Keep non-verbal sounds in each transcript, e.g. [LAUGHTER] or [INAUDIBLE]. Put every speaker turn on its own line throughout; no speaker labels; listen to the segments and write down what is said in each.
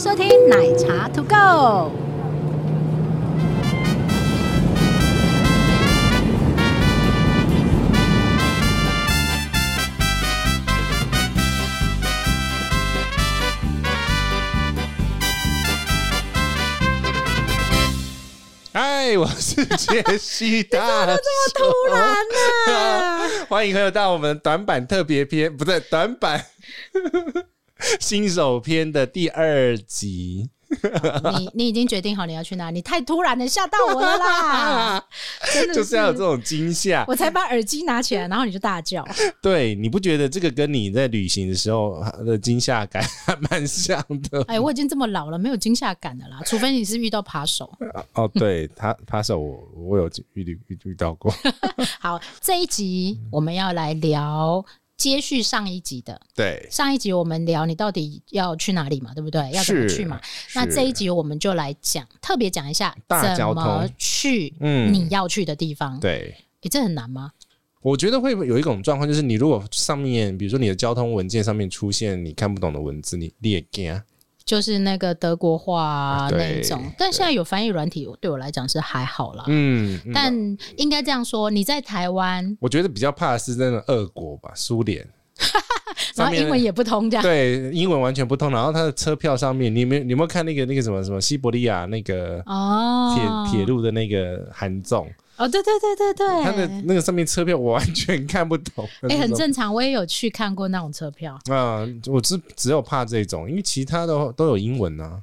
收听奶茶 To Go。
嗨，哎我是杰
[LAUGHS]
西大叔，
突然
[LAUGHS]
呢、
欢迎回到我们短板特别篇，不对，短板 [LAUGHS] 新手篇的第二集。
你你已经决定好你要去哪？你太突然了，吓到我了
[LAUGHS]
啦！啊真的是
就是要有这种惊吓，
我才把耳机拿起来，然后你就大叫。
对，你不觉得这个跟你在旅行的时候的惊吓感还蛮像的？
哎，我已经这么老了，没有惊吓感的啦，除非你是遇到扒手。
[LAUGHS] 哦，对他，他手我我有遇遇遇到过，
好，这一集我们要来聊接续上一集的。
对，
上一集我们聊你到底要去哪里嘛，对不对？要怎么
是
去嘛？ [LAUGHS] 那这一集我们就来讲，特别讲一下
大
怎
交通
么去
嗯
你要去的地方。
对。
诶，这很难吗？
我觉得会有一种状况，就是你如果上面，比如说你的交通文件上面出现你看不懂的文字，你啊你也惊。
就是那个德国话、啊、
对
那一种，但现在有翻译软体，对我来讲是还好啦。
嗯，嗯
但应该这样说，你在台湾，
我觉得比较怕的是那种俄国吧，苏
[LAUGHS]
联。
然
上
后
面
英文也不通，这样
[LAUGHS] 对，英文完全不通。然后它的车票上面，你有没有你有没有看那个那个什么什么西伯利亚那个铁
哦，
铁路的那个韩纵，
哦，对对对对
它的
对，
那个上面车票我完全看不懂。
哎、很正常，我也有去看过那种车票，
啊、我只只有怕这种，因为其他的都有英文啊，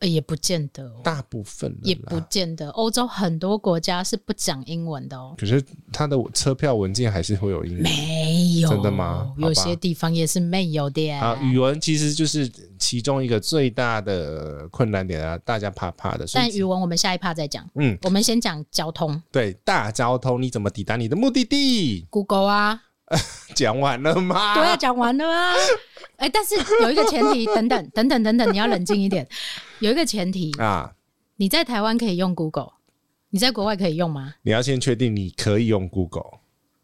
呃也不见得、哦，
大部分的
也不
啦。
见得，欧洲很多国家是不讲英文的哦。
可是它的车票文件还是会有英文。
没有，
真的吗
有
好吧
些地方也是没有的耶。
啊，语文其实就是其中一个最大的困难点啊，大家怕怕的。所以
但语文我们下一趴再讲，
嗯，
我们先讲交通
对，大交通你怎么抵达你的目的地？
，Google 啊，
讲完了吗？
都要讲完
[LAUGHS]
了啊。哎、但是有一个前提，等等等等等等，你要冷静一点。有一个前提，
啊，
你在台湾可以用 Google，你在国外可以用吗？
你要先确定你可以用 Google，、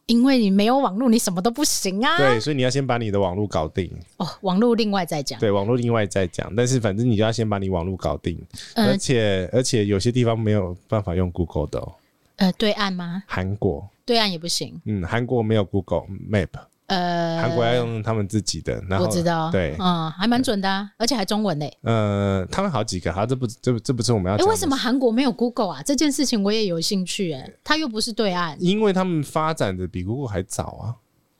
因为你没有网络，你什么都不行啊。
对，所以你要先把你的网络搞定。
哦，网络另外再讲。
对，网络另外再讲，但是反正你就要先把你网络搞定，
嗯
而且而且有些地方没有办法用 Google 的、哦，
呃，对岸吗？
韩国，
对岸也不行。
嗯，韩国没有 Google Map，
呃，
韩国要用他们自己的，然后
我知道，
对。
嗯，还蛮准的、啊，而且还中文嘞、
呃，他们好几个，好，这不这不这不是我们要
哎、
讲的。
为什么韩国没有 Google 啊？这件事情我也有兴趣哎、它又不是对岸
因为他们发展的比 Google 还早啊。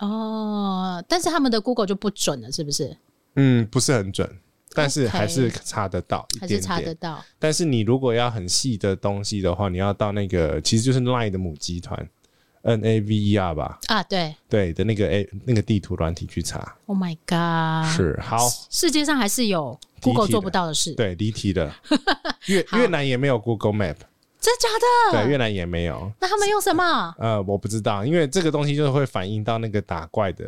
哦，但是他们的 Google 就不准了，是不是？
嗯，不是很准，但是
OK
还是查得到一
还
点
是
点。
查得到？
但是你如果要很细的东西的话，你要到那个其实就是 Line 的母集团 N A V E R 吧，
啊，对
对的那个 A 那个地图软体去查。
，Oh my God，
是好，
世界上还是有 Google 做不到的事，
对，离题了。
[LAUGHS]
越越南也没有 Google Map，
真假的？
对，越南也没有。
那他们用什么？
呃，我不知道，因为这个东西就是会反映到那个打怪的，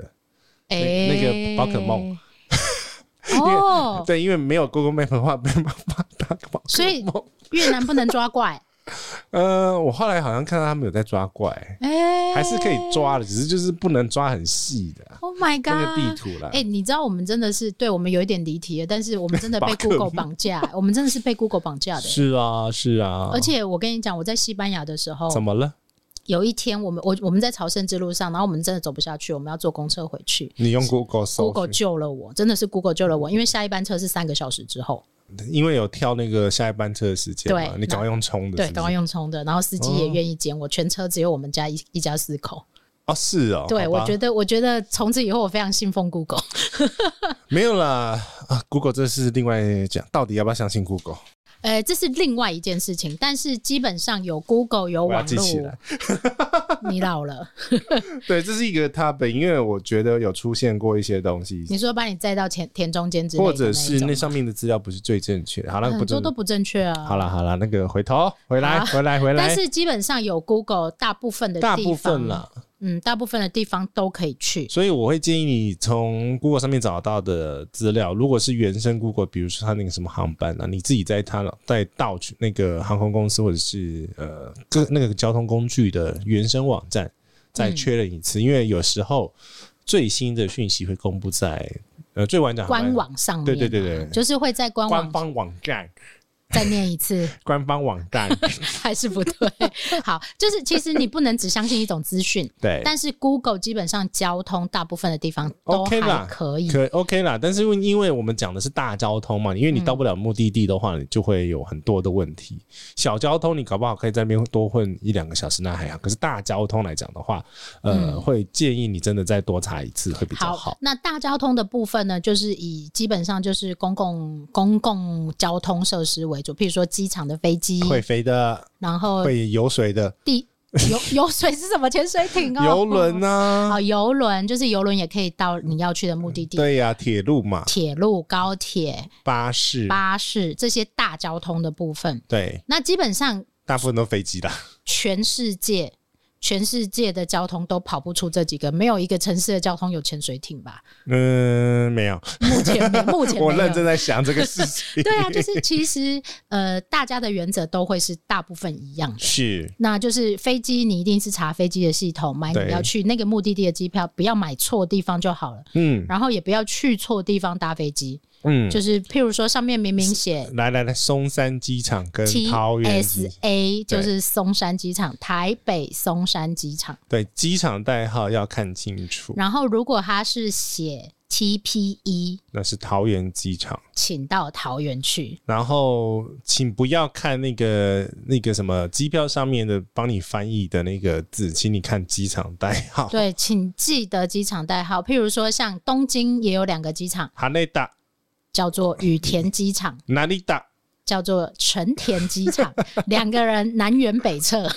哎、
那个宝可梦。
[LAUGHS] 哦，
对，因为没有 Google Map 的话，没办法打怪。
所以越南不能抓
[LAUGHS]
怪，
呃，我后来好像看到他们有在抓怪、
哎、
还是可以。抓的，只是就是不能抓很细的啊
Oh my
那个
God，
地图啦。
哎、你知道我们真的是对我们有一点离题了，但是我们真的被
巴克
Google 绑架，我们真的是被 Google 绑架的。
是啊，是啊，
而且我跟你讲，我在西班牙的时候，
怎么了？
有一天我们我我们在朝圣之路上，然后我们真的走不下去，我们要坐公车回去。
你用 Google 搜
Google 救了我，真的是 Google 救了
嗯
我，因为下一班车是三个小时之后，
因为有跳那个下一班车的时间嘛，
对
你赶快用冲的
对，
是不是
赶快用冲的，然后司机也愿意捡我，全车只有我们家一一家四口。
哦，是哦，
对，
好吧
我觉得我觉得从此以后我非常信奉 Google。 [LAUGHS]
没有啦啊，Google 这是另外讲，到底要不要相信 Google？
呃，这是另外一件事情，但是基本上有 Google 有
我要
网
记
络
起，来。
[LAUGHS] 你老了。
对，这是一个 topic，因为我觉得有出现过一些东西，
你说把你载到田田中间之类
或
的那一
者
种
是那上面的资料不是最正确的。好，那个不
很多
正
都不正确啊。
好了好了，那个回头回来回来回来，
但是基本上有 Google，大部分的地
大
方
部分啦，
嗯，大部分的地方都可以去。
所以我会建议你从 Google 上面找到的资料，如果是原生 Google，比如说它那个什么航班啊，你自己在它在到去那个航空公司或者是呃各那个交通工具的原生网
嗯
站再确认一次，因为有时候最新的讯息会公布在。呃，最晚讲航班
官网上面嘛，
对对对对对
就是会在官
官
网
方网站，
再念一次， [LAUGHS]
官方网站，
还是不对。 [LAUGHS] 好，就是其实你不能只相信一种资讯，
[LAUGHS] 对，
但是 Google 基本上交通大部分的地方都
OK
还
啦
可以。
可 OK 啦，但是因为因为我们讲的是大交通嘛，因
嗯
为你到不了目的地的话，你就会有很多的问题。小交通你搞不好可以在那边多混一两个小时，那还好。可是大交通来讲的话，呃，
嗯
会建议你真的再多查一次会比较好。
那大交通的部分呢，就是以基本上就是公共公共交通设施为主，譬如说机场的飞机，
会飞的，
然后
会游水的，
地 [LAUGHS] 游游水是什么？潜水艇哦，
游轮
啊，
啊，
游轮就是游轮也可以到你要去的目的地。
对呀、铁路嘛，
铁路、高铁、
巴士，
巴士这些大交通的部分，
对，
那基本上
大部分都飞机啦。
全世界全世界的交通都跑不出这几个，没有一个城市的交通有潜水艇吧？
嗯，没有，
目前
[LAUGHS]
没目前没有
我认真在想这个事
[LAUGHS]
情。
对啊，就是其实呃，大家的原则都会是大部分一样的。
是，
那就是飞机，你一定是查飞机的系统，买
对
你要去那个目的地的机票，不要买错地方就好了。
嗯
然后也不要去错地方搭飞机，
嗯，
就是譬如说上面明明写
来来来，松山机场跟桃园机
TSA，就是松山机场，台北松山机场。
对机场代号要看清楚，
然后如果他是写 TPE，
那是桃园机场。
请到桃园去。
然后，请不要看那个那个什么机票上面的帮你翻译的那个字，请你看机场代号。
对，请记得机场代号，譬如说像东京也有两个机场，
哈内达、
叫做羽田机场，
哪里达，
叫做成田机
[LAUGHS]
场，两个人南辕北辙。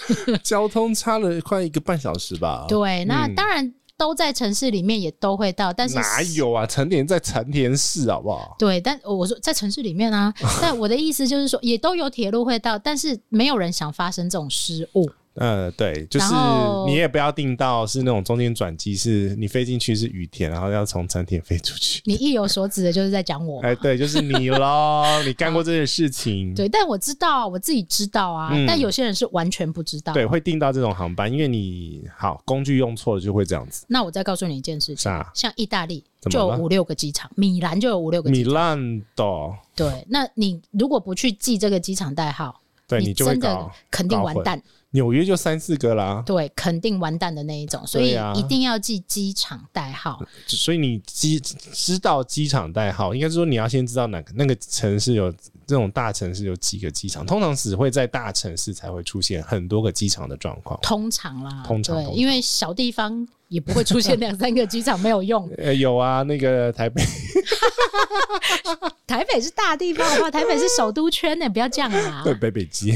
交通差了快一个半小时吧？
对，那
嗯
当然都在城市里面也都会到，但是
哪有啊？成田在成田市，好不好？
对，但我说在城市里
[LAUGHS]
面啊，但我的意思就是说，也都有铁路会到，但是没有人想发生这种失误。
呃，对，就是
然后
你也不要订到是那种中间转机，是你飞进去是羽田，然后要从成田飞出去。
你意有所指的就是在讲我嘛，
哎，对，就是你喽，
[LAUGHS]
你干过这些事情，
对，但我知道，我自己知道啊，
嗯
但有些人是完全不知道。
对，会订到这种航班，因为你好工具用错了就会这样子。啊
那我再告诉你一件事情，
啥？
像意大利
怎么
就有
了
五六个机场，米兰就有五六个机
米
场。
兰的，
对，那你如果不去记这个机场代号，
对你就会
真
搞
的肯定
搞
完
混
蛋，
纽约就三四个啦，
对，肯定完蛋的那一种。所以
对啊
一定要记机场代号。
所以你机知道机场代号，应该是说你要先知道哪个那个城市有这种大城市有几个机场，通常只会在大城市才会出现很多个机场的状况。
通常啦，
通常
对，
通常
因为小地方也不会出现两三个机场，没
[LAUGHS]
有用。
呃，有啊，那个台北，
台北是大地方，好不好？台北是首都圈呢、不要这样啦。
[LAUGHS] 对北北基，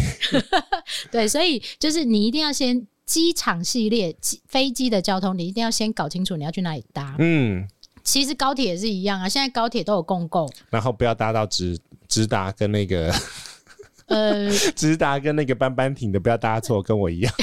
对，所以就是你一定要先机场系列机飞机的交通，你一定要先搞清楚你要去哪里搭。
嗯，
其实高铁也是一样啊，现在高铁都有共购，
然后不要搭到直直达跟那个 [LAUGHS]
呃，
直达跟那个班班挺的，不要搭错，跟我一样。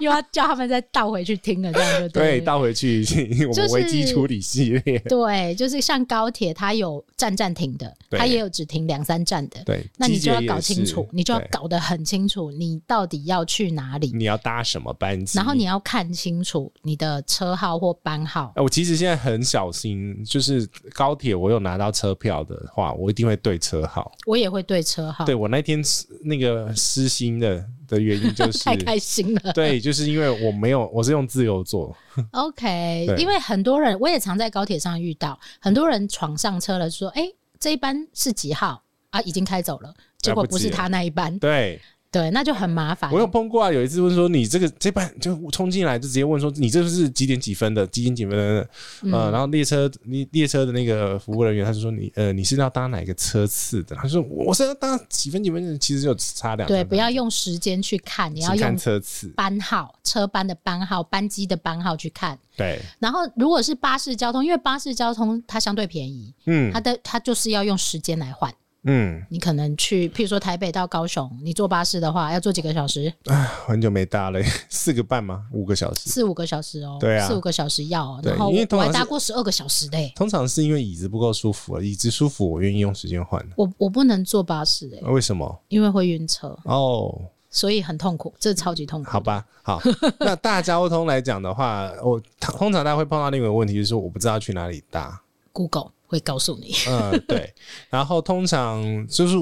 又要叫他们再倒回去听了，这样就
对，
对。
倒回去我们危机处理系列，
对，就是像高铁，它有站站停的，
对
它也有只停两三站的。
对，
[LAUGHS] 那你
机
就
捷
要搞
也
清楚
是，
你就要
对
搞得很清楚，你到底要去哪里，
你要搭什么班机，
然后你。要看清楚你的车号或班号。
呃我其实现在很小心，就是高铁我有拿到车票的话，我一定会对车号。
我也会对车号，
对我那天失那个失心的的原因就是
[LAUGHS] 太，开心了。
对，就是因为我没有，我是用自由座，
[LAUGHS] OK，
对
因为很多人我也常在高铁上遇到，很多人闯上车了，说：“哎、这一班是几号啊？已经开走了。”结果不是他那一班，
对。
对，那就很麻烦
我。有碰过啊，有一次问说你这个这班就冲进来就直接问说你这是几点几分的，几点几分的，
嗯
呃，然后列车列列车的那个服务人员他就说你呃你是要搭哪个车次的？他说我是要搭几分几分的，其实就差两
对，
三分
不要用时间去看，你要
只看
用
车次，
班号、车班的班号、班机的班号去看。
对，
然后，如果是巴士交通，因为巴士交通它相对便宜，
嗯
它的它就是要用时间来换。
嗯，
你可能去，譬如说台北到高雄，你坐巴士的话要坐几个小时？
很久没搭了， [LAUGHS] 四个半吗？五个小时。
四五个小时哦，
对啊
四五个小时要、哦，
对
然后
因为
我
通
我
常
还搭
是
过十二个小时的、欸，
通常是因为椅子不够舒服，啊椅子舒服我愿意用时间换的，
我我不能坐巴士哎、欸，
呃为什么？
因为会晕车，
哦，
所以很痛苦，这超级痛苦。
好，吧，好。 [LAUGHS] 那大交通来讲的话，我通常大家会碰到另一个问题，就是说我不知道去哪里搭。
Google 会告诉你。
嗯，
[LAUGHS]
对。然后通常就是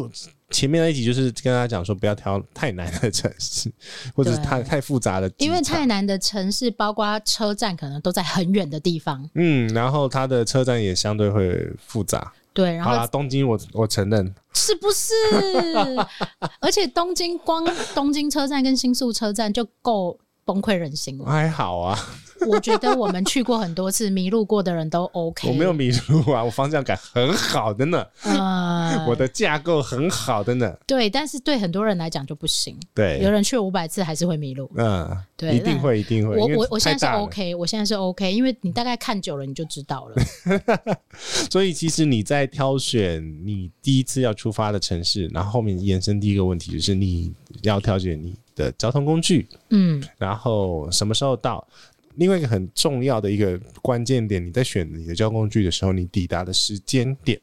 前面那一集就是跟大家讲说，不要挑太难的城市，或者
对
太太复杂的机场，
因为太南的城市，包括车站，可能都在很远的地方。
嗯，然后它的车站也相对会复杂。
对，然
好啦，
后
东京我我承认，
是不是？而且东京光东京车站跟新宿车站就够崩溃人心了。
还好啊，
我觉得我们去过很多次，迷路过的人都 OK。
我没有迷路啊，我方向感很好的呢，
呃，
我的架构很好的呢，
对，但是对很多人来讲就不行。有
对，
人去五百次还是会迷路。
嗯，
对
一定会一定会，
我
因为
我我现
太
在是
大了
OK，我现在是 OK，因为你大概看久了你就知道了。
所以其实你在挑选你第一次要出发的城市，然后后面延伸第一个问题就是你要挑选你的交通工具，
嗯，
然后什么时候到。另外一个很重要的一个关键点，你在选你的交通工具的时候，你抵达的时间点，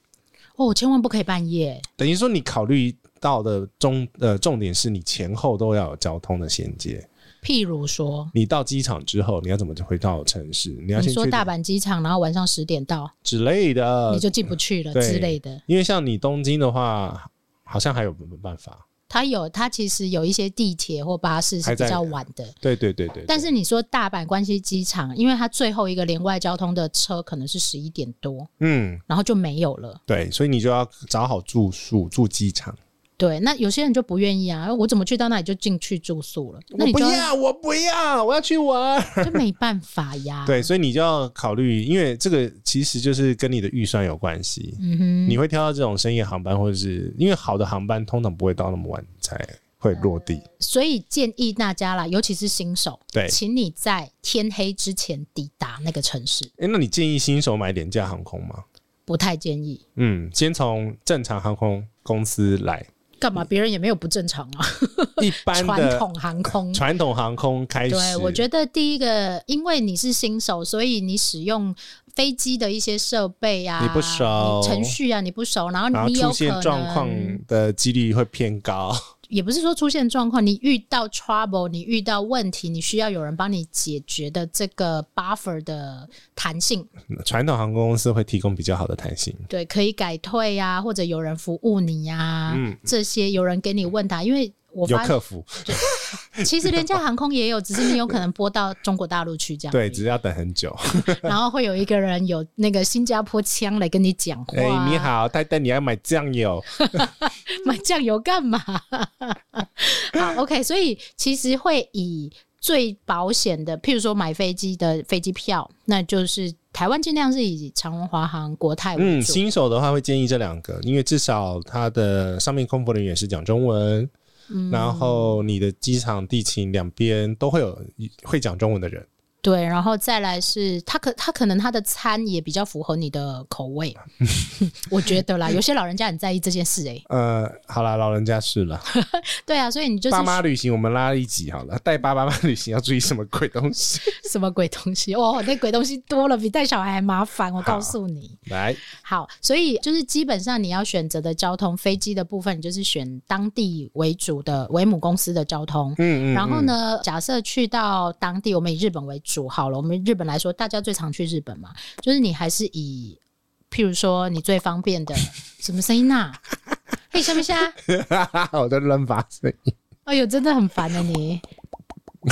哦，千万不可以半夜。
等于说你考虑到的中呃重点是你前后都要有交通的衔接。
譬如说，
你到机场之后，你要怎么回到城市？你要
你
先
说
去
大阪机场，然后晚上十点到，
之类的
你，就进不去了
呃对
之类的。
因为像你东京的话，好像还有办法。
它有，它其实有一些地铁或巴士是
还
比
在
较晚的。
对对对对，
但是你说大阪关西机场，因为它最后一个连外交通的车可能是十一点多，
嗯，
然后就没有了。
对，所以你就要找好住宿，住机场。
对，那有些人就不愿意啊，我怎么去到那里就进去住宿了？
我
那你
不
就啊
要，我不要，我要去玩。
就没办法呀。
[LAUGHS] 对，，所以你就要考虑，因为这个其实就是跟你的预算有关系。
嗯哼，
你会挑到这种深夜航班，或者是因为好的航班通常不会到那么晚才会落地。
所以建议大家啦，尤其是新手，
对
请你在天黑之前抵达那个城市，
哎、那你建议新手买廉价航空吗？
不太建议。
嗯，先从正常航空公司来，
干嘛？别人也没有不正常啊，
一般
传
嗯的
统航空。
传统航空开始。
对，我觉得第一个，因为你是新手，所以你使用飞机的一些设备啊，
你不熟
你程序啊，你不熟，然
然
后
后
你有
出
可
现
能
状况的几率会偏高。
也不是说出现状况，你遇到 trouble，你遇到问题，你需要有人帮你解决的这个 buffer 的弹性，
传统航空公司会提供比较好的弹性。
对，可以改退呀、或者有人服务你呀、
嗯
这些有人给你问答，因为我
有
发现
客服，
其实廉价航空也有，只是你有可能拨到中国大陆去这样，
对，只是要等很
[LAUGHS]
久。
然后会有一个人有那个新加坡腔来跟你讲话，
哎、你，好，太太，你要买酱油？
买酱油
[LAUGHS]
干嘛？好，OK，所以其实会以最保险的，譬如说买飞机的飞机票，那就是台湾尽量是以长荣、华航、国泰为
嗯，
主。
新手的话会建议这两个，因为至少它的上面空服人员是讲中文，
嗯
然后你的机场地勤两边都会有会讲中文的人。
对，然后再来是他可他可能他的餐也比较符合你的口
[LAUGHS]
味，我觉得啦，有些老人家很在意这件事哎、
呃，好啦，老人家是了，
对啊，所以 [LAUGHS] 你就是
爸妈旅行我们拉一集好了，带爸爸妈旅行要注意什么鬼东西？
什么鬼东西哦，那鬼东西多了，比带小孩还麻烦，我告诉你。
来，
好，所以就是基本上你要选择的交通，飞机的部分你就是选当地为主的为母公司的交通。
嗯嗯，
然后呢，假设去到当地，我们以日本为主好了。我们日本来说，大家最常去日本嘛，就是你还是以，譬如说你最方便的什么声音呐、嘿，下不下？
嗯 [LAUGHS] 我在乱发声音，
哎呦，真的很烦啊你！ [LAUGHS]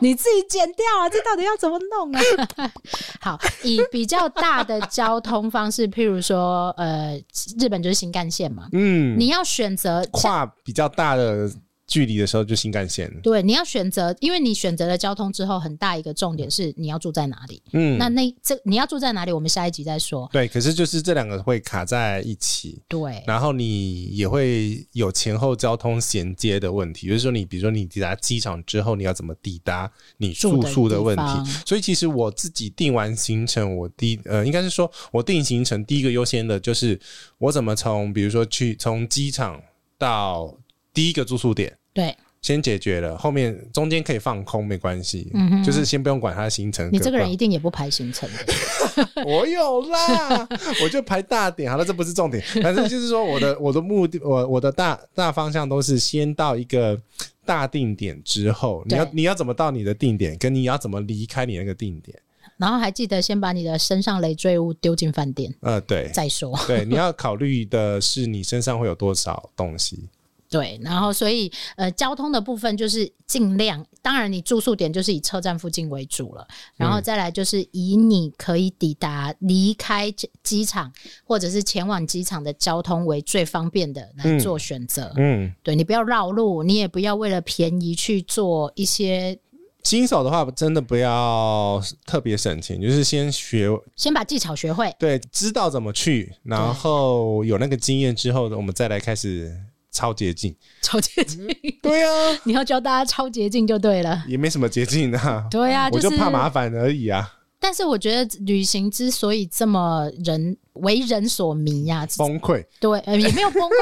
你自己剪掉啊，这到底要怎么弄啊？好，以比较大的交通方式，譬如说，呃，日本就是新干线嘛，
嗯，
你要选择
跨比较大的距离的时候就新干线，
对，你要选择，因为你选择了交通之后，很大一个重点是你要住在哪里。
嗯，
那那这你要住在哪里，我们下一集再说。
对，可是就是这两个会卡在一起，
对，
然后你也会有前后交通衔接的问题，就是说你比如说你抵达机场之后，你要怎么抵达你住宿的问
住的地方
题。所以其实我自己定完行程，我第呃应该是说我定行程第一个优先的就是我怎么从比如说去从机场到第一个住宿点。
对
先解决了，后面中间可以放空，没关系，
嗯哼
就是先不用管它的行程。
你这个
各
人
方
一定也不排行程的。
我有
[LAUGHS]
啦，我就排大点。好了，这不是重点，反正就是说我的我的目的，我我的大大方向都是先到一个大定点之后，你要
对
你要怎么到你的定点，跟你要怎么离开你那个定点，
然后还记得先把你的身上累赘物丢进饭店
呃，对
再说。
对，你要考虑的是你身上会有多少东西。
对，然后所以呃，交通的部分就是尽量，当然你住宿点就是以车站附近为主了，
嗯
然后再来就是以你可以抵达、离开机机场或者是前往机场的交通为最方便的来做选择。
嗯，
对你不要绕路，你也不要为了便宜去做一些，
新手的话真的不要特别省钱，就是先学
先把技巧学会。
对，知道怎么去，然后有那个经验之后，我们再来开始超捷径。
超捷径，
对啊，
你要教大家超捷径就对了。
也没什么捷径啊，
对啊，
我就是怕麻烦而已啊，
但是我觉得旅行之所以这么人为人所迷啊呀、
崩溃。
对，呃，也没有崩溃，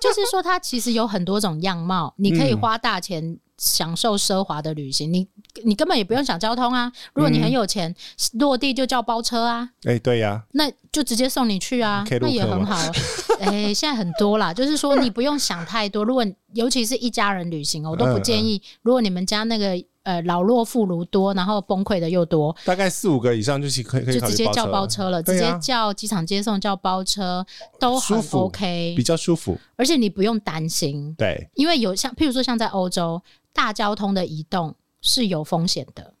就是说它其实有很多种样貌，你
嗯
可以花大钱享受奢华的旅行，你你根本也不用想交通啊。如果你
嗯
很有钱，落地就叫包车啊，
哎、对呀、
那就直接送你去啊，
可以
那
录
也
课
很
吗
好。
[LAUGHS]
哎、现在很多啦，就是说你不用想太多。如果你尤其是一家人旅行哦，我都不
嗯
建议。如果你们家那个呃老弱妇孺多，然后崩溃的又多，
大概四五个以上就是可以可以
就
考
直
虑
接叫包
包
车了，直
对
接
啊
叫机场接送，叫包车都很
舒服
OK，
比较舒服。
而且你不用担心，
对，
因为有像譬如说像在欧洲，大交通的移动是有风险的，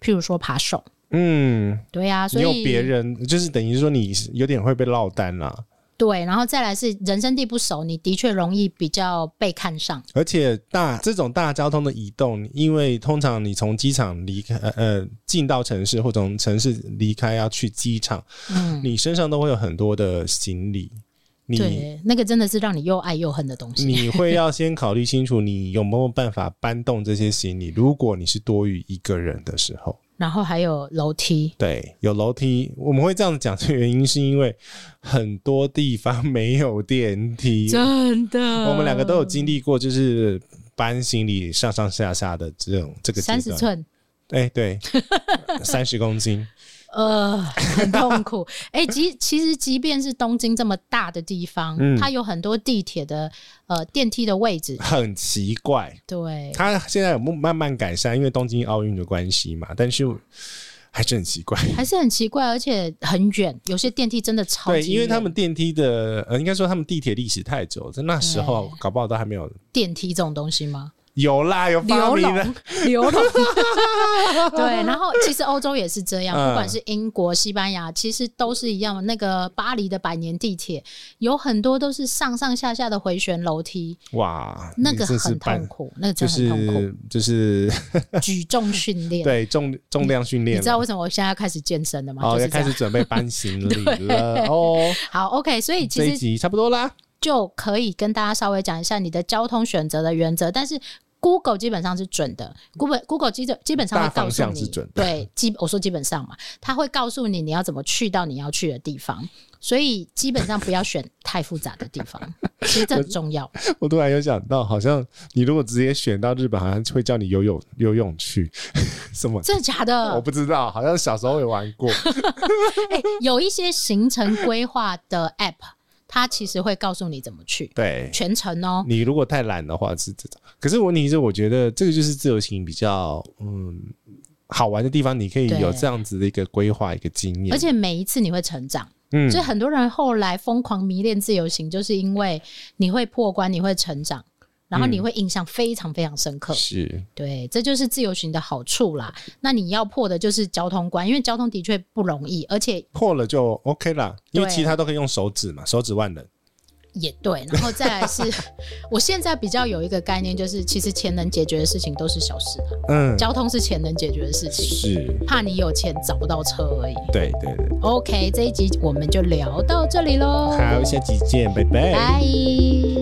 譬如说扒手，
嗯，
对啊，
你
所
有
以
别人，就是等于说你有点会被落单啦。
对，然后再来是人生地不熟，你的确容易比较被看上，
而且大这种大交通的移动，因为通常你从机场离开，呃呃，进到城市或从城市离开要去机场，
嗯，
你身上都会有很多的行李，你
对，那个真的是让你又爱又恨的东西，
你会要先考虑清楚，你有没有办法搬动这些行李。如果你是多于一个人的时候，
然后还有楼梯，
对，有楼梯，我们会这样子讲的原因是因为很多地方没有电
[LAUGHS]
梯。
真的，
我们两个都有经历过，就是搬行李上上下下的这种这个阶
三十
段。
寸。
哎、对， [LAUGHS] 三十公斤，
呃， [LAUGHS] 很痛苦。 [LAUGHS] 哎、即其实即便是东京这么大的地方，
嗯
它有很多地铁的呃电梯的位置，
很奇怪。
对，
他现在有慢慢改善，因为东京奥运的关系嘛，但是还是很奇怪。
还是很奇怪，而且很远，有些电梯真的超级
对，
远
因为他们电梯的，呃，应该说他们地铁历史太久，在那时候搞不好都还没有。
电梯这种东西
[LAUGHS]
吗？
有啦，有发
流
明了
龙，流龙。对，然后其实欧洲也是这样，
嗯
不管是英国、西班牙，其实都是一样的。那个巴黎的百年地铁有很多都是上上下下的回旋楼梯，
哇！
那
你
个
这是
很痛
办，
苦，那个
就
真的很痛苦。
是就是 [LAUGHS]
举重训练，
对重重量训
你
练
知道
了，
为什么我现在要开始健身了吗？
哦，
就
要
是这
开
样。
始准备搬行李
[LAUGHS]
了哦。
好，OK，所以
这
其
一
实
集差不多啦，
就可以跟大家稍微讲一下你的交通选择的原则，但是。Google 基本上是准的，Google Google 基本基本上
嗯大
会告
方
诉
向
你，
是准的
对，基我说基本上嘛，它会告诉你你要怎么去到你要去的地方，所以基本上不要选太复杂的地
[LAUGHS]
方，其实这很重要。
[LAUGHS] 我突然有想到，好像你如果直接选到日本，好像会叫你游泳游泳去， [LAUGHS] 什么？
真的假
我
的？
不知道，好像小时候有玩 [LAUGHS] 过。
哎、有一些行程规划的 App，它其实会告诉你怎么去
对，
全程哦、
你如果太懒的话是这种。可是问题是，我觉得这个就是自由行比较嗯好玩的地方，你可以
对
有这样子的一个规划、一个经验。
而且每一次你会成长。
嗯
所以很多人后来疯狂迷恋自由行，就是因为你会破关，你会成长，然后你会印象非常非常深刻。
嗯是
对，这就是自由行的好处啦。那你要破的就是交通关，因为交通的确不容易，而且
破了就 OK 啦，因为
对
其他都可以用手指嘛，手指万能。
也对。然后再
[LAUGHS]
来是，我现在比较有一个概念，就是其实钱能解决的事情都是小事啊，
嗯，
交通是钱能解决的事情，
是，
怕你有钱找不到车而已。
对对对。
OK，这一集我们就聊到这里喽，
哦好，下集见，拜拜
拜。